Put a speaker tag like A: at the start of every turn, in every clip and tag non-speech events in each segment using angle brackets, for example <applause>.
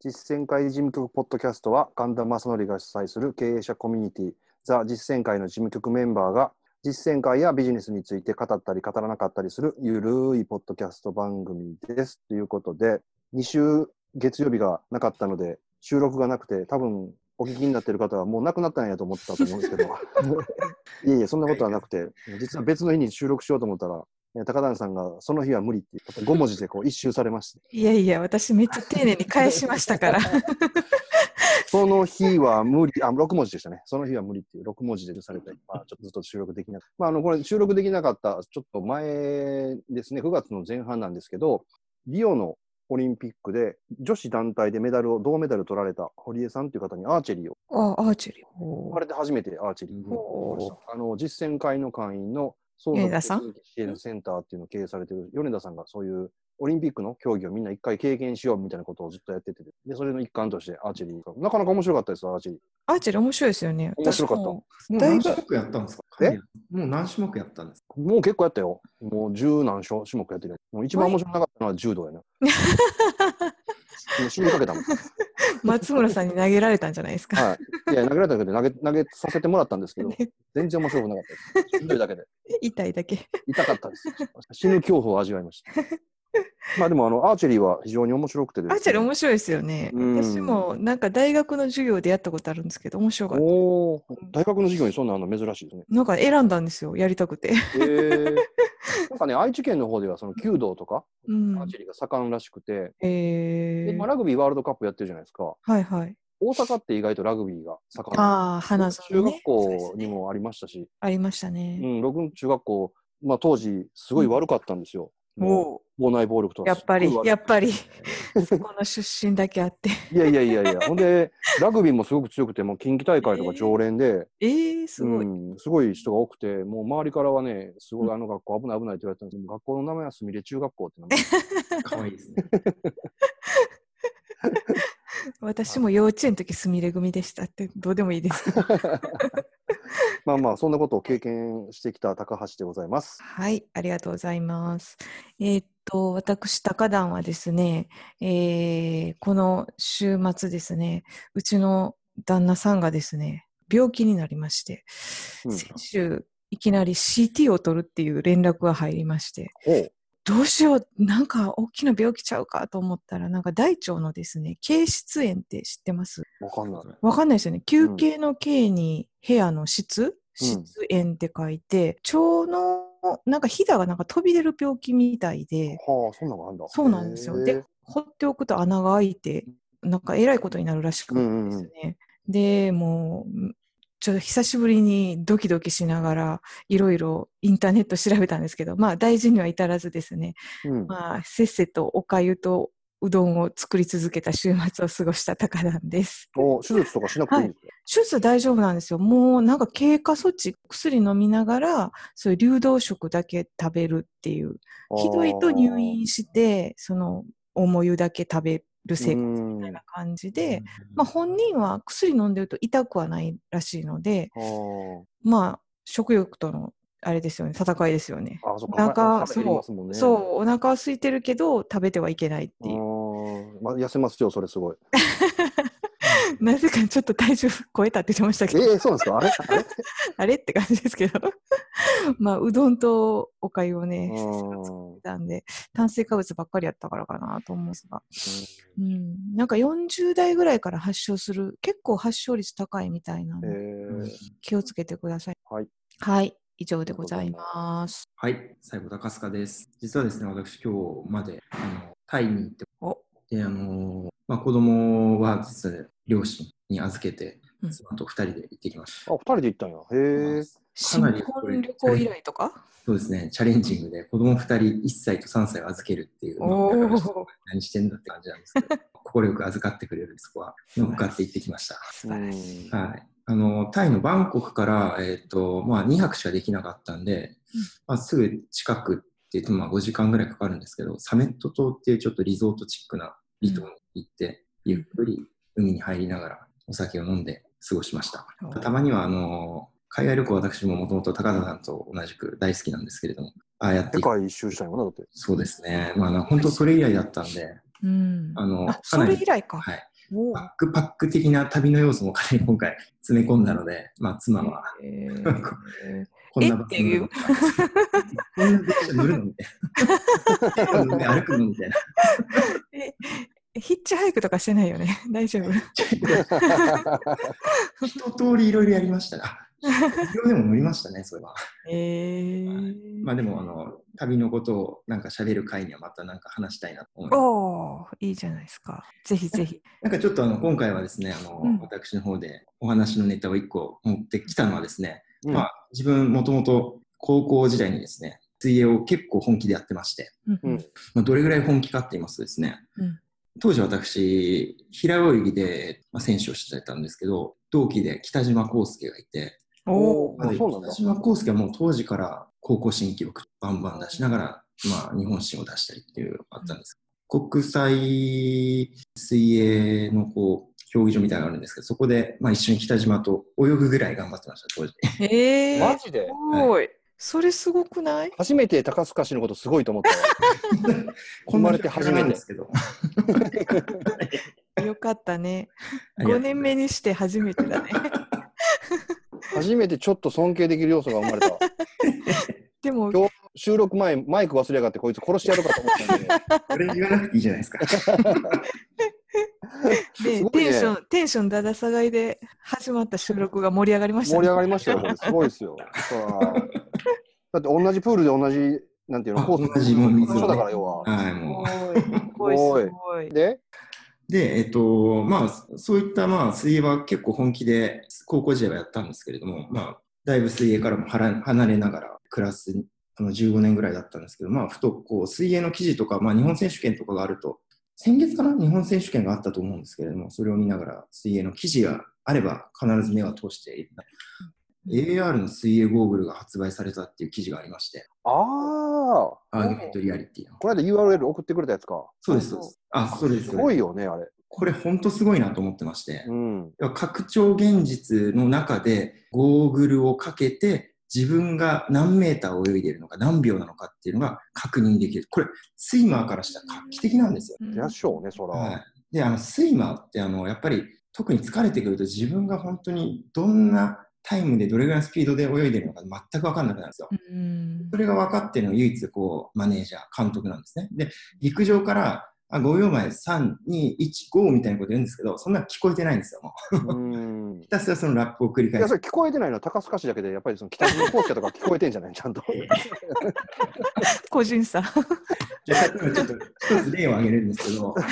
A: 実践会事務局ポッドキャストは神田正則が主催する経営者コミュニティザ実践会の事務局メンバーが実践会やビジネスについて語ったり語らなかったりするゆるいポッドキャスト番組です。ということで、2週月曜日がなかったので、収録がなくて、多分お聞きになってる方はもうなくなったんやと思ったと思うんですけど、いえいえ、そんなことはなくて、実は別の日に収録しようと思ったら、え高谷さんがその日は無理って5文字でこう一周されまして、
B: いやいや、私めっちゃ丁寧に返しまし
A: <laughs>
C: <laughs>
B: たから。
A: その日は無理、あ、6文字でしたね。その日は無理っていう6文字でされて、まあ、ちょっとずっと収録できなかった。まあ、あの、これ収録できなかった、ちょっと前ですね、9月の前半なんですけど、リオのオリンピックで女子団体でメダルを、銅メダル取られた堀江さんという方にアーチェリーを、
B: あアーチェリー。
A: 生
B: お
A: ま
B: ー
A: れて初めてアーチェリーに行きました。あの、実践会の会員の総
B: 米田さん
A: 支援センターっていうのを経営されてる米田さんがそういうオリンピックの競技をみんな一回経験しようみたいなことをずっとやってて、で、それの一環としてアーチェリー、なかなか面白かったです、アーチェリー。
B: アーチェリー面白いですよね。
A: 面白かった
B: 私も
C: もう
B: 大
C: 何
B: 学
C: 種目やったんですか
A: え
C: もう何種目やったんですか
A: もう結構やったよ。もう十何種種目やってるよ。もう一番面白くなかったのは柔道や
B: <laughs>
A: な。もう死にかけたもん。
B: 松村さんに投げられたんじゃないで
A: <laughs>
B: すか。
A: はい。いや、投げられたけど、投げ、投げさせてもらったんですけど、全然面白くなかったです。しんどいだけで。
B: 痛いだけ。
A: 痛かったです。死ぬ恐怖を味わいました。まあでも、あの、アーチェリーは非常に面白くてです、
B: アーチェリー面白いですよね。
A: うん
B: 私もなんか大学の授業でやったことあるんですけど、面白かった。
A: おー大学の授業にそんなあの珍しいです
B: <laughs>
A: ね。
B: なんか選んだんですよ、やりたく
A: <laughs>
B: て。
A: へえ。なんかね、愛知県の方では、その弓道とか、
B: うん
A: アーチェリーが盛んらしくて、
B: え
A: で
B: ー
A: 今、ラグビーワールドカップやってるじゃないですか。
B: はいはい。
A: 大阪って意外とラグビーが盛んな
B: ああ、花園、ね。
A: 中学
B: そう
A: 校
B: です
A: に
B: ね
A: もありましたし、
B: ありましたね。
A: うん、僕の中学校、まあ、当時、すごい悪かったんですよ。も
B: お
A: う、校内暴力と
B: お
A: か。
B: やっぱり
A: すご、い悪い
B: や
A: <laughs>
B: っぱり、そこの出身だけあって。
A: いやいやいやいや、ほんで、ラグビーもすごく強くて、もう近畿大会とか常連で、
B: えー、すごい。
A: うん、すごい人が多くて、もう周りからはね、すごいあの学校危ない危ないって言われてたんですけど、学校の名前はすみれ中学校って
B: <laughs>
A: 名前。 <laughs>
C: <laughs> かわいいですね。
B: 私も幼稚園の時すみれ組でしたってどうでもいいですけど
A: まあまあ、そんなことを経験してきた高橋でございます。
B: はいありがとうございますえーっと私高段はですね、えーこの週末ですねうちの旦那さんがですね病気になりまして、
A: うん
B: 先週いきなり CT を取るっていう連絡が入りまして
A: ほう。
B: どうしようなんか大きな病気ちゃうかと思ったらなんか大腸のですね憩室炎って知ってます
A: わかんない。
B: わかんないですよね。休憩の憩に部屋の質、
A: うん
B: 質炎って書いて、腸のなんかひだがなんか飛び出る病気みたいで、
A: はあ、そんなのがあるんだ。
B: そうなんですよ。
A: へ
B: で
A: え、
B: 放っておくと穴が開いて、なんかえらいことになるらしくてですね。で、もう、ちょっと久しぶりにドキドキしながら、いろいろインターネット調べたんですけど、まあ大事には至らずですね、
A: うん。
B: まあせっせとおかゆとうどんを作り続けた週末を過ごした高田です。
A: お手術とかしなくていいんですか、
B: 手術大丈夫なんですよ。もうなんか経過措置、薬飲みながら、そういう流動食だけ食べるっていう。ひどいと入院して、その、重湯だけ食べる生活みたいな感じで、まあ本人は薬飲んでると痛くはないらしいので、
A: あー
B: まあ食欲との、あれですよね、戦いですよね。
A: あー、そっ
B: お腹
A: お腹減りますもんね、
B: そう、お腹は空いてるけど、食べてはいけないっていう。
A: う。まあ、痩せますよ、それすごい。
B: <laughs> なぜかちょっと体重超えたって言ってましたけ
A: え
B: ど。
A: えそうなんですかあれあ
B: <laughs>
A: れ
B: あれって感じですけど。まあ、うどんとおかゆをね、
A: う
B: 久しぶりに作っ
A: ん
B: てたんで、炭水化物ばっかりやったからかなと思うんですが。うん。なんか40代ぐらいから発症する、結構発症率高いみたいな
A: え
B: ので、
A: ー
B: 気をつけてください。
A: はい。
B: はい。以上でございます。
C: はい、最後、高須賀です。実はですね、私、今日まであのタイに行って、
B: お、
C: であのまあ、子供は実は両親に預けて
B: う、ん
C: 妻と2人で行ってきまし
A: あ、二人で行ったんや。
C: た。
A: へえ。
B: 新
C: な
B: 婚
C: り
B: 旅行以来とか
C: そうですね、チャレンジングで子供2人、1歳と3歳を預けるっていう、
B: おお、
C: 何してんだって感じなんですけ
B: <laughs>
C: ど、快く預かってくれる、そこは乗っかって行ってきました。
B: 素晴らしい。
A: い
C: はい、あのタイのバンコクから、えーとまあ、2泊しかできなかったんで、まあ、すぐ近くって言ってもまあ5時間ぐらいかかるんですけどサメット島っていうちょっとリゾートチックな離島に行って、
B: うん
C: ゆっくり海に入りながらお酒を飲んで過ごしました
B: お
C: たまにはあの海外旅行私ももともと高田さんと同じく大好きなんですけれどもああやって
A: 世界一周したんやな、だって。
C: そうですねまあな本当それ以来だったんで
B: うん。
C: あの
B: あ、
C: か
B: そ
C: なり
B: れ以来か。
C: はい、
B: お
C: バックパック的な旅の要素もかなり今回詰め込んだので、まあ、妻は
B: えー
C: こんな
B: えっていう
C: こんな電車乗るのみたいな。こん <laughs> な上歩くのみたいな。
B: えヒッチハイクとかしてないよね大丈夫
C: 一通りいろいろやりました <laughs> が、いろでも乗りましたね、それは。
B: えー
C: まあでも、あの、旅のことをなんか喋る会にはまたなんか話したいなと思います。
B: おーいいじゃないですかぜひぜひ
C: なんかちょっとあの、今回はですね、あの、
B: うん
C: 私の方でお話のネタを一個持ってきたのはですね、
A: うん
C: <laughs> まあ自分もともと高校時代にですね、水泳を結構本気でやってまして、
B: うん
A: うん
C: まあ、どれぐらい本気かって言いますとですね、
B: うん
C: 当時私平泳ぎで、まあ、選手をしてたんですけど同期で北島康介がいて
B: お
A: あ
B: ー
A: そうなんだ
C: 北島康介はもう当時から高校新記録バンバン出しながら、まあ、日本新を出したりっていうのがあったんです国際水泳のこう競技場みたいなのがあるんですけどそこで、まあ、一緒に北島と泳ぐぐらい頑張ってました当時
B: え
A: マ
B: ー
A: ジです
B: ごいそれすごくない
A: 初めて高須賀氏のことすごいと思ったわ <laughs> 生まれて初めて
C: <laughs> こんな人知らないんですけど
B: よかったね
C: ありがとうございます
B: 5年目にして初めてだね
A: 初めてちょっと尊敬できる要素が生まれたわ
B: でも
A: 今日収録前マイク忘れやがってこいつ殺してやるかと思ったんで
C: それ言わなくていいじゃないですか
B: です
A: ごいね
B: テンションテンションだだ下がりで始まった収録が盛り上がりました
A: 盛り上が
B: り
A: りましたよこれすごいですよそらだって同じプールで同じなんていうの
C: あ
A: コース
C: 同じもう水を
A: 一緒だから要は
C: はいもう
B: すごいすごいすごい
A: で
C: で、えっと、まあ、そそういった、まあ、水泳は結構本気で、高校時代はやったんですけれども、まあ、だいぶ水泳からも離れ離れながら、クラスに、あの、15年ぐらいだったんですけど、まあ、ふと、こう、水泳の記事とか、まあ、日本選手権とかがあると、先月かな日本選手権があったと思うんですけれども、それを見ながら、水泳の記事があれば、必ず目は通している。AR の水泳ゴーグルが発売されたっていう記事がありまして、
A: ああ
C: アーギュメントリアリティの。
A: この間 URL 送ってくれたやつか
C: そうです、そうです。あ、そうです。
A: す
C: そうです
A: ごいよねあれ
C: これ、本当すごいなと思ってまして。
A: うん
C: 拡張現実の中でゴーグルをかけて自分が何メーター泳いでいるのか何秒なのかっていうのが確認できるこれスイマーからしたら画期的なんですよ、
B: うん
A: いやっしょうねそら、
C: はい、であのスイマーってあのやっぱり特に疲れてくると自分が本当にどんなタイムでどれぐらいのスピードで泳いでいるのか全く分かんなくなるんですよ
B: うん
C: それが分かっているのは唯一こうマネージャー、監督なんですね。で、陸上からあ5秒前、3、2、1、5みたいなこと言うんですけど、そんなの聞こえてないんですよ、もう。
A: うん
C: ひたすらそのラップを繰り
A: い
C: 返
A: や
C: す
A: そ。れ聞こえてないのは高須賀市だけでやっぱりその北島康介とか聞こえてんじゃないち
C: <laughs>
A: ゃんと
B: 個人差
C: じゃあ、例えばちょっと一つ例を挙げるんですけど、あ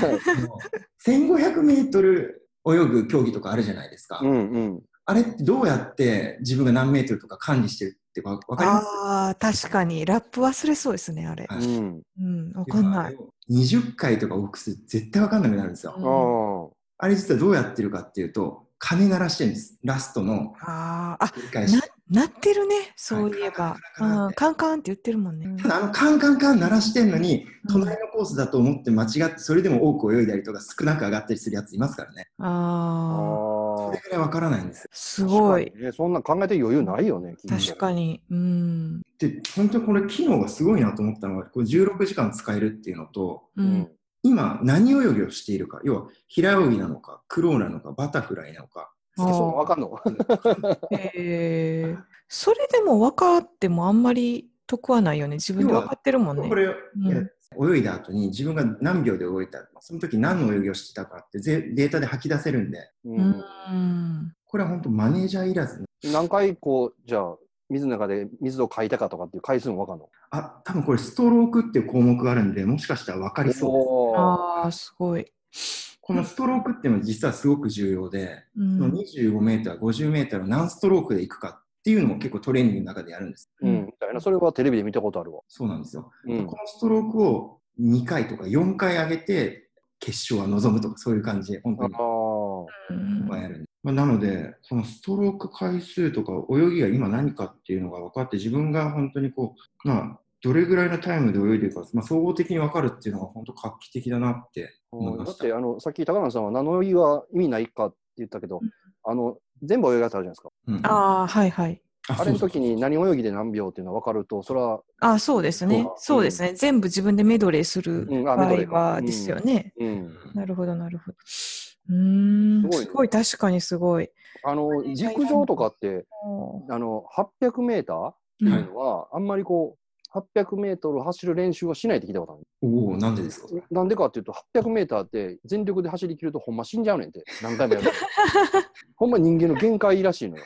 C: の1500メートル泳ぐ競技とかあるじゃないですか。
A: うんうん
C: あれってどうやって自分が何メートルとか管理してるってわわかります
B: あー確かにラップ忘れそうですねあれ
C: は
A: うん
B: うんわかんない。
C: 20回とか往復すると絶対わかんなくなるんですよ。
B: うん
A: あ
C: あれ実はどうやってるかっていうと、鐘鳴らしてるんです。ラストの
B: あーあ
C: 繰り返し。
B: なってるねそういえば、
C: カラカラカラカラって
B: うん、カンカンって言ってるもんね
C: ただあのカンカンカン鳴らしてんのに、
B: うん
C: 隣のコースだと思って間違って、それでも多く泳いだりとか少なく上がったりするやついますからね。
A: あ
B: ああ
A: あ
C: そ
A: あ
C: れぐらいわからないんですよ。
B: すごい
A: 確かにね、そんなん考えてる余裕ないよねきっと
B: 確かにうん
C: で、本当にこれ機能がすごいなと思ったのは、これ16時間使えるっていうのと、
B: う
A: うんん
C: 今何泳ぎをしているか、要は平泳ぎなのか、クロールなのか、バタフライなの
B: <laughs>
C: か、
A: そんわかんの
B: えーそれでも分かってもあんまり得はないよね自分で分かってるもんね
C: これ、
B: ん
C: いや泳いだ後に自分が何秒で泳いだか、その時何の泳ぎをしてたかってぜデータで吐き出せるんで、
A: う
B: うんん
C: これは本当マネージャーいらずの
A: 何回こうじゃあ水の中で水をかいたかとかっていう回数もわかんの
C: あ、多分これストロークっていう項目があるんで、もしかしたら分かりそうです。
A: おー
B: ああすごい、
C: このストロークっていうのは実はすごく重要で、
B: う
C: その
B: ん
C: 25メーター、50メーターを何ストロークでいくかっていうのも結構トレーニングの中でやるんです。
A: うんみたいなそれはテレビで見たことあるわ
C: そうなんですよ。
A: うん
C: このストロークを2回とか4回上げて、決勝は臨むとか、そういう感じで、本
A: あ
C: 当に
A: ー
B: うん
C: やるんです。まあ、なので、そのストローク回数とか、泳ぎが今何かっていうのが分かって、自分が本当にこう、まあ、どれぐらいのタイムで泳いでるか、まあ、総合的に分かるっていうのが本当画期的だなって思い
A: うん
C: ま
A: だっ
C: した。
A: てあのさっき高野さんは名の泳ぎは意味ないかって言ったけど、
B: うん
A: あの全部泳ぐやつあるじゃないですか
C: うん
B: ああはいはい
A: あれの時に何泳ぎで何秒っていうのは分かるとそれは
B: あそうですね
A: そう。
B: そうですね。全部自分でメドレーする
A: うん
B: 場
A: あメドレ
B: 合
A: ーか
B: はですよね。
A: う
C: うん
A: ん
B: なるほど、なるほど。うーん
A: すごいね
B: すごい確かにすごい。
A: あの
B: れが
A: 軸上とかって
B: うん
A: あの800メーターっ
B: う
A: て
C: は
A: いう
B: ん
A: のは、あんまりこう800メートル走る練習をしないって聞いたことある
C: おお、なんでですか、それ
A: なんでかっていうと、800メーターって全力で走り切るとほんま死んじゃうねんって、何回もやる。ほんま人間の限界らしいのよ。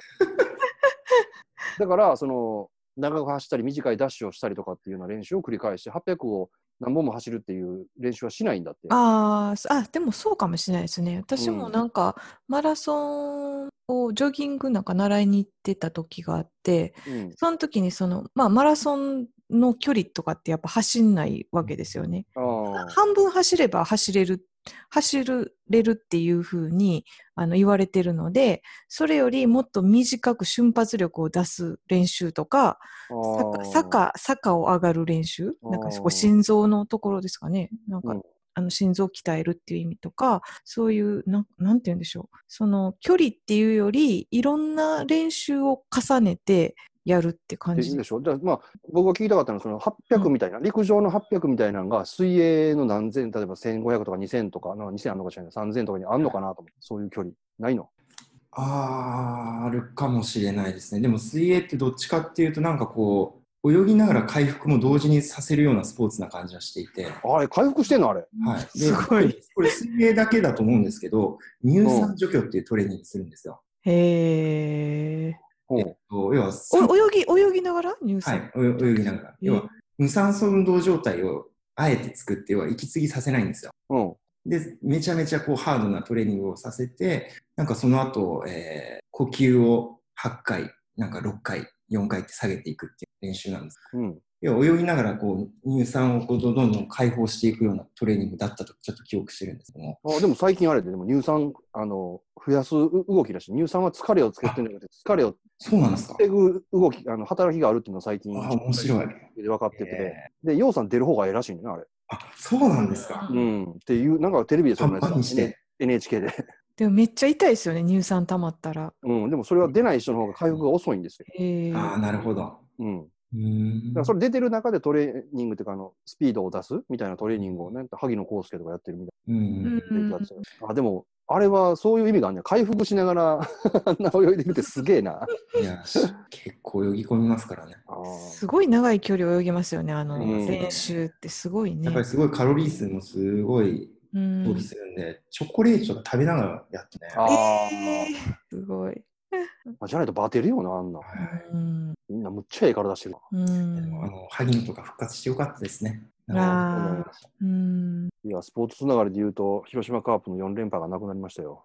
A: だから、その、長く走ったり短いダッシュをしたりとかっていうような練習を繰り返して、800を何本も走るっていう練習はしないんだって。
B: あーそあ、でもそうかもしれないですね。私
A: う
B: も
A: ん
B: なんか、マラソンをジョギングなんか習いに行ってた時があって、
A: うん、
B: その時にその、まあ、マラソンの距離とかってやっぱ走んないわけですよね。
A: ああ
B: 半分走れば走れる、走れるっていうふうにあの言われてるので、それよりもっと短く瞬発力を出す練習とか、坂坂坂を上がる練習
A: あー
B: なんかこう心臓のところですかねなん
A: う
B: か、
A: ん
B: あの心臓を鍛えるっていう意味とかそういうなんなんて言うんでしょうその距離っていうよりいろんな練習を重ねてやるって感
A: で
B: じ
A: でしょだからまあ僕が聞きたかったのはその800みたいな、陸上の800みたいなのが水泳の何千例えば1500とか2000とかなんか2000あんのかしらない3000とかにあんのかなと思ってそういう距離ないの
C: あーあるかもしれないですね。でも水泳ってどっちかっていうとなんかこう泳ぎながら回復も同時にさせるようなスポーツな感じがしていて、は
A: あれ回復してんのあれ
C: い、です
B: ごい。
C: これ水泳だけだと思うんですけど乳酸除去っていうトレーニングするんですよ。
B: へえ
A: ほう
C: えっと要は
B: お
C: 酸
B: 泳ぎ泳ぎながら乳
C: は
B: 酸、
C: い、お泳ぎながら要は無酸素運動状態をあえて作って要は息継ぎさせないんですよ。
A: うん
C: で、めちゃめちゃこうハードなトレーニングをさせて、なんかその後、えー呼吸を8回、なんか6回、4回って下げていくっていう練習なんです。
A: うん
C: 要は泳ぎながらこう乳酸をこうどんどん解放していくようなトレーニングだったとちょっと記憶してるんですけども。
A: あでも最近あれででも乳酸あの増やすう動きだしい乳酸は疲れをつけてるんじゃな <laughs> くて疲れを
C: そうなんですか
A: 防ぐ動きあの働きがあるっていうのが最近
C: ああ、面白い。
A: で分かってて、
C: え
A: で陽さん出る方がええらしいんだよね
C: ーあ、そうなんですか
A: あ。れ、うん、っていうなんかテレビでそ
C: パ
A: んな
C: ン
A: やつ
C: パンにし
A: ね
C: て。
A: NHK で、 <laughs>
B: でもめっちゃ痛いですよね乳酸溜まったら
A: うん、でもそれは出ない人の方が回復が遅いんですよ、
B: へえ
C: ああ、なるほど。
A: うん、だ
C: うーん
A: からそれ出てる中でトレーニングっていうかあのスピードを出すみたいなトレーニングをね萩野公介とかやってるみたいな
C: うんうん
B: うん
A: やつあでもあれはそういう意味があるね回復しながら <laughs> あんな泳いでみてすげえない
C: や、し結構泳ぎ込みますからね。
A: あー
B: すごい長い距離泳ぎますよねあの
A: うん
B: 練習ってすごいね
C: やっぱりすごいカロリー数もすごい
B: うん
C: 消費するんで、チョコレートとか食べながらやってね。
A: あー
B: えーすごい。
A: あじゃないとバテるよなあんな
C: はい
B: うん。
A: みんなむっちゃええ体してる
B: う
C: でもあ
B: ん。
C: の萩野とか復活してよかったですね。なんか
B: ああ。うん。
A: いやスポーツつながりで言うと広島カープの4連覇がなくなりましたよ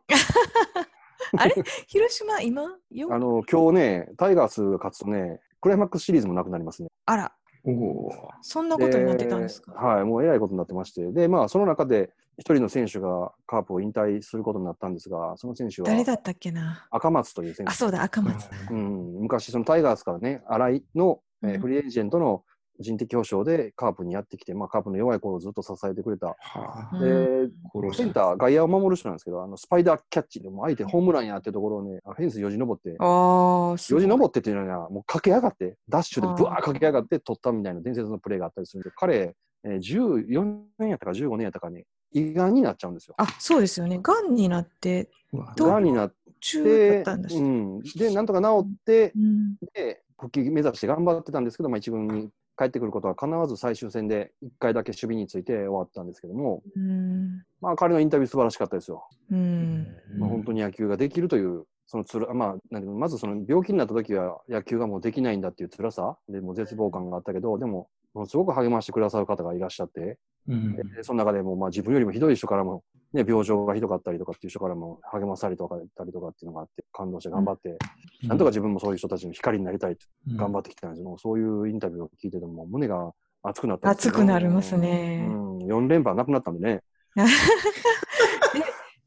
A: <laughs>
B: あれ広島今よ
A: あの今日ねタイガースが勝つとねクライマックスシリーズもなくなりますね
B: あら、
C: おお
B: そんなことになってたんですか。
A: はい、もうえらいことになってまして、で、まあ、その中で、一人の選手がカープを引退することになったんですが、その選手
B: 誰だ
A: は
B: ったっけな。
A: 赤松という選
B: あ、
A: 手、
B: そうだ、赤
C: ー。
B: 松だ。
A: うん、昔、そのタイガースからね、新井の、えー
B: うん
A: フリーエージェントの人的保障でカープにやってきて、まあ、カープの弱い頃をずっと支えてくれた、
C: は
B: う
C: あ
B: ん
A: で
C: 殺
A: セン
C: し
A: タ
C: た。
A: ー、外野を守る人なんですけど、あのスパイダーキャッチで、もう相手ホームランやってところをね、あフェンスよじ登って、
B: ああ、す
A: よ
B: ご
A: じ
B: い。
A: 登ってっていうのは、もう駆け上がって、ダッシュでぶわー駆け上がって取ったみたいな伝説のプレーがあったりするんで、彼、えー14年やったか15年やったかね、胃がんになっちゃうんですよ。
B: あ、そうですよね。癌になって
C: うわ
B: どう
A: がんになっ
B: 中だ
A: て
B: ったんだ、し。
A: う
B: うん
A: ん、で、なんとか治って、
B: うん
A: で復帰目指して頑張ってたんですけど、まあ、一軍に帰ってくることは必ず最終戦で1回だけ守備について終わったんですけども、
B: うん
A: まあ、彼のインタビュー素晴らしかったですよ。
B: うん
A: まあ、本当に野球ができるという、そのつらまあ、なんていうのまずその病気になった時は野球がもうできないんだっていう辛さでもう絶望感があったけど、でも、ものすごく励ましてくださる方がいらっしゃって、
C: うん
A: でその中でもまあ自分よりもひどい人からも、ね、病状がひどかったりとかっていう人からも励まされたりとかっていうのがあって、感動して頑張って、なんとか自分もそういう人たちの光になりたいと頑張
C: っ
A: ってきたんですけど、そういうインタビューを聞いてても、胸が熱くなったんです
B: 熱
A: けど
B: くなります
A: う
B: ね。
A: ん、4連覇なくなったんでね。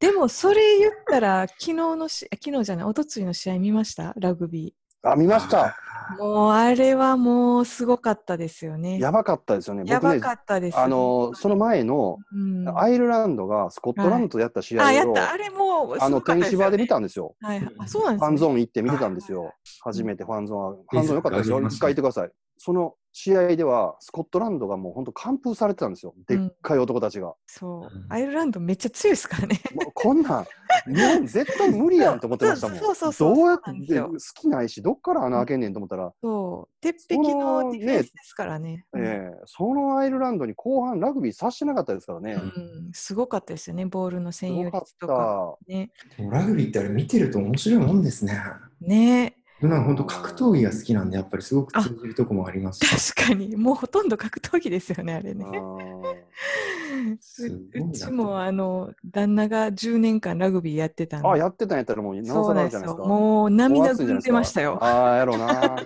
B: でも、それ言ったら、昨日のし、昨日じゃない、一昨日の試合見ましたラグビー。
A: あ、見
C: て
A: ました。。
B: もうあれはもうすごかったですよね。
A: やばかったですよね。
B: や
A: 僕
B: ば
A: ね
B: か、ったです。
A: あの、その前の、
B: うん、あ
A: アイルランドがスコットランドとやった試合を、
B: やった、あれもうす
A: あの
B: ごかっ
A: 天
B: たです
A: 使
B: よね
A: 場で見たんですよ。
B: はい、あそうなん
A: フ
B: です
A: ァン
B: ね
A: ゾーン行って見てたんですよ。初めてファンゾーンは。ファンゾーン良かったです
C: い
A: よ。
C: いです
A: 一
C: か
A: 回行ってください。その試合ではスコットランドがもう本当完封されてたんですよ、でっかい男たちが。
B: そう
C: うん。
B: アイルランドめっちゃ強いですか
A: <laughs>
B: らね。
A: もうこんなん、日本絶対無理やんと思ってましたもん。
B: そうそうそうそう
A: どうやっ
B: そうなんです
A: て
B: よ
A: 好きないし、どっから穴開けんねんと思ったら、
B: そう。鉄壁のディフェンスですからね。
A: ええそのアイルランドに後半ラグビーさしてなかったですからね。
B: うん、すごかったですよね、ボールの
A: す
B: 占有
A: ごかっ
B: 率とか。
A: た。
B: ね。
C: でもラグビーってあれ見てると面白いもんですね。
B: ね
C: 普段本当格闘技が好きなんで、やっぱりすごく通じるとこもありますし。
B: 確かに、もうほとんど格闘技ですよね、あれね
A: あ。ー
B: う
C: すごいな
B: うちもあの旦那が10年間ラグビーやってたんで
A: あ、やってたんやったらもうなお
B: そ
A: さ
B: う
A: らあ
B: なん
A: るじ
B: で
A: ゃない
B: す
A: で
B: よ
A: すか。
B: もう
A: お
B: 涙
A: 熱いんじ
B: ぐ
A: ゃな
B: ん
A: いす
B: で
A: か
B: ましたよ。
A: ああ、やろうな。
B: <laughs>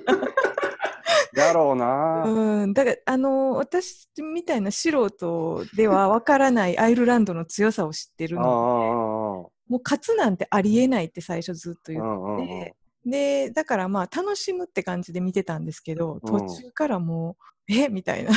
A: やろうな。
B: うん、だからあの私みたいな素人ではわからないアイルランドの強さを知ってる
A: ああ
B: の
A: ああああ
B: もう勝つなんてありえないって最初ずっと言
A: う
B: っ
A: んうんうん
B: て、でだからまあ楽しむって感じで見てたんですけど
A: うん
B: 途中からもう、えみたいな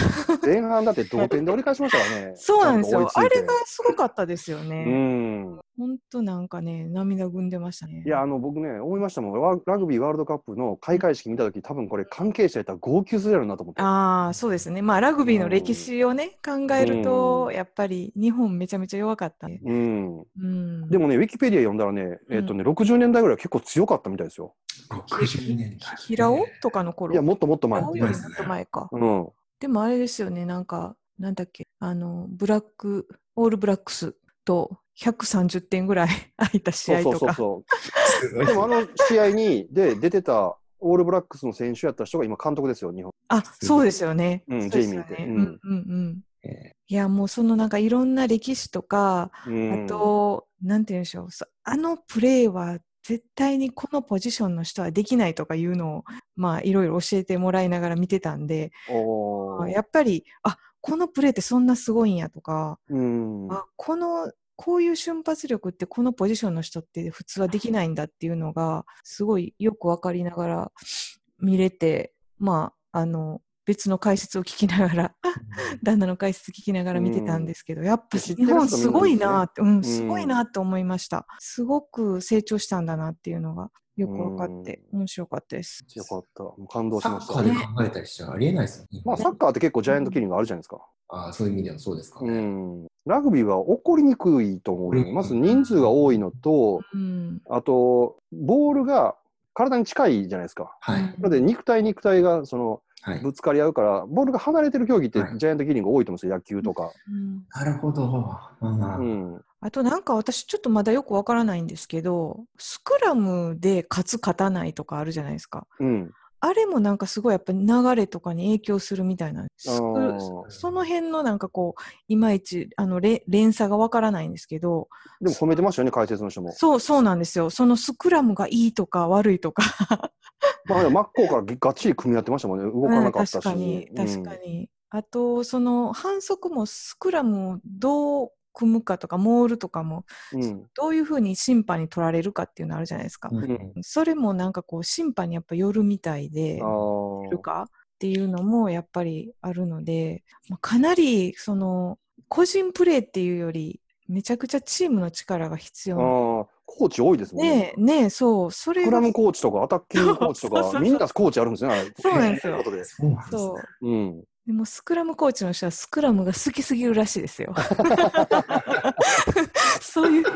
A: 前半だって同点で折り返しましたからね。
B: <laughs> そうなんです
A: ちゃ
B: よ
A: と追
B: あ
A: いついて
B: れがすごかったですよ
A: う
B: ね、
A: ん。
B: ほんとなんかね涙ぐんでましたね
A: いや、あの、僕ね、思いましたもん。ワラグビーワールドカップの開会式見たとき、多分これ関係者いたら号泣するやろうなと思って。
B: ああ、そうですね。まあ、ラグビーの歴史をね、考えると
A: う、ん
B: やっぱり日本めちゃめちゃ弱かったね。
A: うん。
B: うん。
A: でもね、ウィキペディア読んだらね、えっ、とね、60年代ぐらいは結構強かったみたいですよ。
C: 60年代。
B: 平尾とかの頃。
A: いや、もっともっと前
B: 平。尾よりもっと前か。
A: うん。
B: でもあれですよね、なんか、なんだっけ、あの、ブラック、オールブラックスと130点ぐらい <laughs> 空いた試合
A: そう
B: と
A: そう
B: か。
A: そう
C: すご
A: そう。
C: い
A: でもあの試合に、で、出てたオールブラックスの選手やった人が今監督ですよ、日本。
B: あ、そうですよね。
A: うん
B: そうですよね
A: ジェイミーってう
B: う
A: んん
B: うんうん。
C: え
B: いや、もうそのなんかいろんな歴史とか、
A: うん
B: あ、と、なんて言うんでしょう、そあのプレーは絶対にこのポジションの人はできないとかいうのを、まあ、いろいろ教えてもらいながら見てたんで、
A: おー
B: やっぱり、あこのプレーってそんなすごいんやとか、
A: うん。
B: あこの、こういう瞬発力ってこのポジションの人って普通はできないんだっていうのが、すごいよくわかりながら見れて、まあ、あの、別の解説を聞きながら、 <laughs> 旦那の解説聞きながら見てたんですけど、やっぱ
A: 知
B: 日
A: ってる人
B: 本すごいなって、うん、
A: んです
B: す
A: ね
B: ごいなって思いました。すごく成長したんだなっていうのがよく分かって、面白かったです。
A: よかった。もう感動
C: ー
A: し
C: サ
A: まし
C: ッ
A: た
C: カ。ーで考えたりしたらありえないですよね。
A: まあ、サッカーって結構ジャイアントキリングあるじゃないですか。
C: あーそういう意味ではそうですか
A: う
C: ね。
A: ん。ラグビーは起こりにくいと思うよ
C: う。ん
A: まず人数が多いのと、
B: うん。
A: あと、ボールが体に近いじゃないですか。
C: はい。
A: なので、肉体肉体がその
C: はい。
A: ぶつかり合うから、ボールが離れてる競技って
C: はい
A: ジャイアントキリング多いと思うんですよ、野球とか。
B: うん
C: なるほど。うん
A: うん。
B: あとなんか私ちょっとまだよくわからないんですけど、スクラムで勝つ勝たないとかあるじゃないですか。
A: うん。
B: あれもなんかすごいやっぱ流れとかに影響するみたいなんです。
A: あー
B: その辺のなんかこう、いまいちあのれ連鎖がわからないんですけど、
A: でも褒めてましたよね、解説の人も。
B: そうそうなんですよ。そのスクラムがいいとか悪いとか。
A: まあ、真っ向からがっちり組み合ってましたもんね、動かなかったし。
B: 確かに、確か
A: うん
B: に。あと、その反則もスクラムをどう組むかとか、モールとかも、
A: うん
B: どういうふうに審判に取られるかっていうのあるじゃないですか。
C: うん
B: それもなんかこう、審判にやっぱ寄るみたいで、
A: あー
B: るかっていうのもやっぱりあるので、まあ、かなりその、個人プレーっていうより、めちゃくちゃチームの力が必
A: あ
B: 要な。
A: ー、コーチ多いですもんね。
B: ねえ、ねえ、そう、それ
A: スク
B: が
A: ラムコーチとかアタッキングコーチと
B: そうそうそ
A: か、
B: う
A: みんなコーチあるんですね、あれ
B: そうなんですよ
A: ということで。
C: そうなんですね
B: そう。
A: うん。
B: でもスクラムコーチの人はスクラムが好きすぎるらしいですよ。 <laughs> そういう人、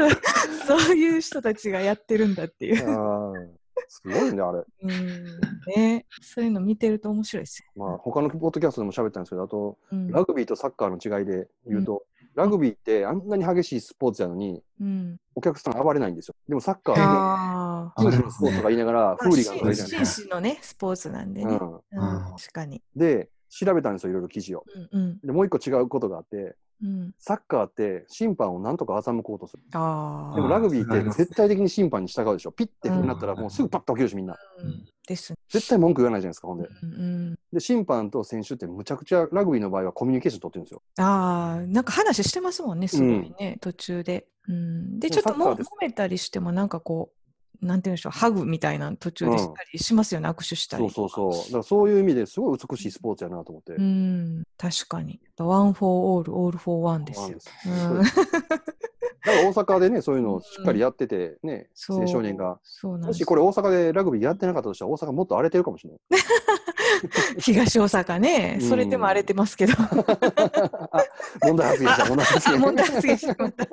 B: そういう人たちがやってるんだってい
A: あ
B: う。
A: ーすごいね、あれ。
B: うんね、そういうの見てると面白いですよ。
A: まあ、他のポッドキャストでも喋ったんですけど、あと、
B: うん
A: ラグビーとサッカーの違いで言うと、ラグビーってあんなに激しいスポーツやのに、
B: うん、
A: お客さん暴れないんですよ。でもサッカーは、
B: あー
A: フーリガンスポーツとか言いながら、フーリガンとか言
B: まあ
A: い
B: し
A: なが
C: じゃ
A: ら
C: ない
B: 紳士のね、スポーツなんでね。
A: うん
B: うん
C: あー
B: 確かに。
A: で、調べたんですよ、いろいろ記事を。
B: うんうん
A: で、もう一個違うことがあって、
B: うん、
A: サッカーって審判をなんとか欺こうとする。
B: あ
A: でも
B: あ、
A: ラグビ
C: あー
A: ーって絶対的に審判に従うでしょ。ピッて振りになったら
C: うん
A: もうすぐパッと起きるしみんな。
B: うん、ですね。
A: 絶対文句言わないじゃないですか、ほんで。
B: うんうん、
A: で、審判と選手ってむちゃくちゃラグビーの場合はコミュニケーション取ってるんですよ。
B: ああ、なんか話してますもんね、すごいね、途中で。うん、で、
A: もう
B: ちょっと
A: サッカ
B: も
A: ーです
B: 揉めたりしても、なんかこう、なんて言うんでしょう、ハグみたいなの途中でしたりしますよね、握手したり。
A: そうそうそう。だからそういう意味ですごい美しいスポーツやなと思って。
B: うん、確かに。ワン・フォー・オール、オール・フォー・ワンです
A: そうなん
B: よ
A: で。す
B: うん、
A: だから大阪でね、そういうのをしっかりやってて、ね、
B: そう
A: 青少年が。
B: そうなん
A: も
B: です <laughs>
A: しこれ大阪でラグビーやってなかったとしたら大阪もっと荒れてるかもしれない。
B: 東大阪ね、それでも荒れてますけど。
A: あ問題発言した、問題発
B: あ、
A: 言。
B: 問題発言しまった。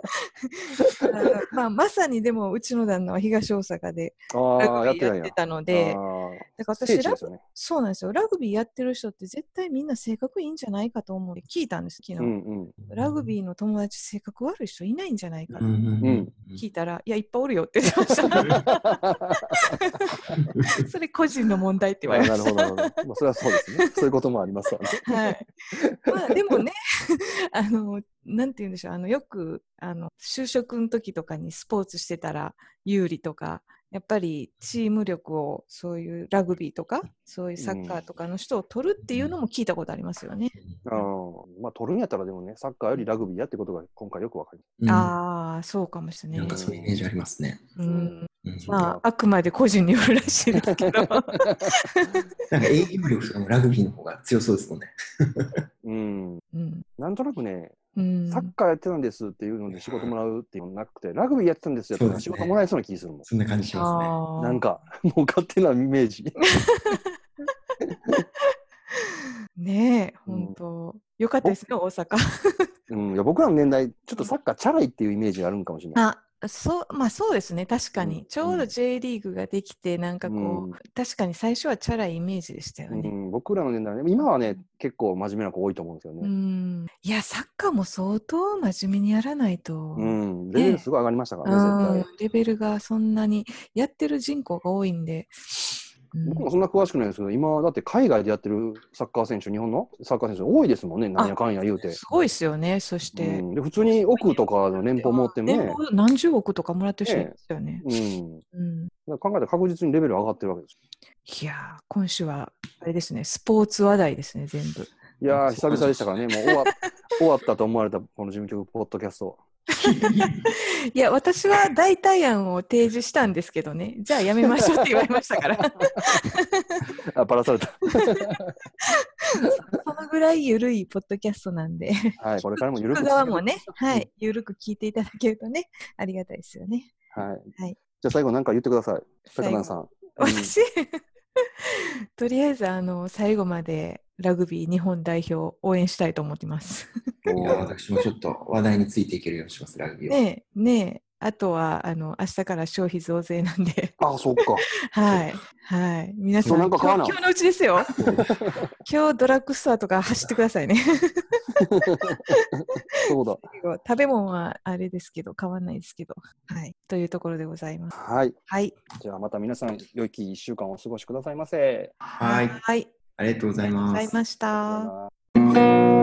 B: <laughs> まあ、まさにでも、うちの旦那は東大阪で
A: <laughs> ああ、や
B: ラ
A: っ
B: グビ
A: て
B: ー
A: たん
B: や
A: や
B: って。たの
A: あ
B: で、
A: ー
B: だから
A: 聖地
B: 私ラ
A: で
B: グ
A: すよね。
B: そうなんですよ。ラグビーやってる人って絶対みんな性格いいんじゃないかと思って聞いたんです、昨
A: う
B: 日。
A: んうん。
B: ラグビーの友達性格悪い人いないんじゃないか
C: う
B: と
C: んうんうん
B: 聞いたら、いや、いっぱいおるよって言ってました。 <laughs> それ個人の問題って言われま
A: な
B: し
A: るほ
B: た
A: ど、なるほど。まあ、それはそうですね。そういうこともありますわね。
B: はい。まあでもね、 <laughs> あの、なんて言うんでしょう、あの、よく、あの、就職の時とかにスポーツしてたら有利とか、やっぱりチーム力をそういうラグビーとか、そういうサッカーとかの人を取るっていうのも聞いたことありますよね。
A: あーまあ、取るんやったらでもね、サッカーよりラグビーやってことが今回よくわかり
C: うん
B: ああ、そうかもしれ
C: な
B: なんい
C: か。そういうイメージありますね。
B: う
A: ます
B: ん。
C: うん
B: まあ、あくまで個人によるらしいです
A: <laughs>
B: けど。
C: なんか営業力とかもラグビーの方が強そうですもんね。
A: うん。
B: うん。
A: なんとなくね、
B: うん。
A: サッカーやってたんですっていうので仕事もらうっていうのなくて、ラグビーやってたんですよっていうのは仕事もらえそうな気するもん。
C: そんな感じしますね。
B: あー
A: なんか、もう勝手なイメージ。
B: ねえ、
A: うん
B: 本当、よかったですね、大阪。
A: うん、いや僕らの年代、ちょっとサッカーチャラいっていうイメージがあるんかも
B: <laughs>
A: しれない。
B: あそうまあそうですね確かに、
A: うん
B: ちょうど J リーグができてなんかこう、
A: うん
B: 確かに最初はチャラいイメージでしたよ
A: う
B: ね。
A: ん、僕らの年代ね、今はね、結構真面目な子多いと思うんですよ
B: うん
A: ね。
B: いやサッカーも相当真面目にやらないと、
A: うん、レベルすごい上がりましたからね、
B: うん
A: 絶対。
B: レベルがそんなにやってる人口が多いんで、うん
A: 僕もそんな詳しくないですけど、今、だって海外でやってるサッカー選手、日本のサッカー選手多いですもんね、なんやかんや言うて。
B: すごいですよねそして、
A: うん、で普通に億とかの年俸持っても
B: 年
A: ね、
B: 俸何十億とかもらってる人いますよね。
A: うん、だ
B: うん
A: から考えたら確実にレベル上がってるわけです。
B: いやー今週はあれですねスポーツ話題ですね全部。
A: いやー、久々でしたからね、もう終わ <laughs> 終わったと思われた、この事務局ポッドキャスト。
B: いや、私は代替案を提示したんですけどね、じゃあやめましょうって言われました
A: <laughs>
B: から、
A: あ、ばらされた。
B: そのぐらい緩いポッドキャストなんで、
A: はい、これからも緩
B: 聞
A: く続け
B: く
A: て
B: 側もね、はい、緩く聞いていただけるとね、ありがたいですよね。
A: はい。
B: はい
A: じゃあ最後なんか言ってください。高田さん。
B: 私、 <laughs> とりあえずあの最後までラグビー日本代表を応援したいと思ってます。
A: うん <laughs>
C: いや私もちょっと話題についていけるようにします、ラグビーは。
B: ねえ、ねえ、あとはあの明日から消費増税な
A: <laughs>
B: んで、
A: あ、そっか。
B: はい、はい、皆さん、
A: もうなんか買わな
B: 今日今日のうちで
A: <laughs>
B: すよ、今日ドラッグストアとか走ってくださいね。
A: そうだ。
B: 食べ物はあれですけど、買わないですけど。はい。というところでございます。
A: はい。
B: はい。
A: じゃあまた皆さん、良き一週間お過ごしくださいませ。
C: はい、
B: はい。
C: ありがとうご
B: あ
C: ざい
B: りがとうご
C: ま
B: ざ
C: す
B: い。ました。
A: さようなら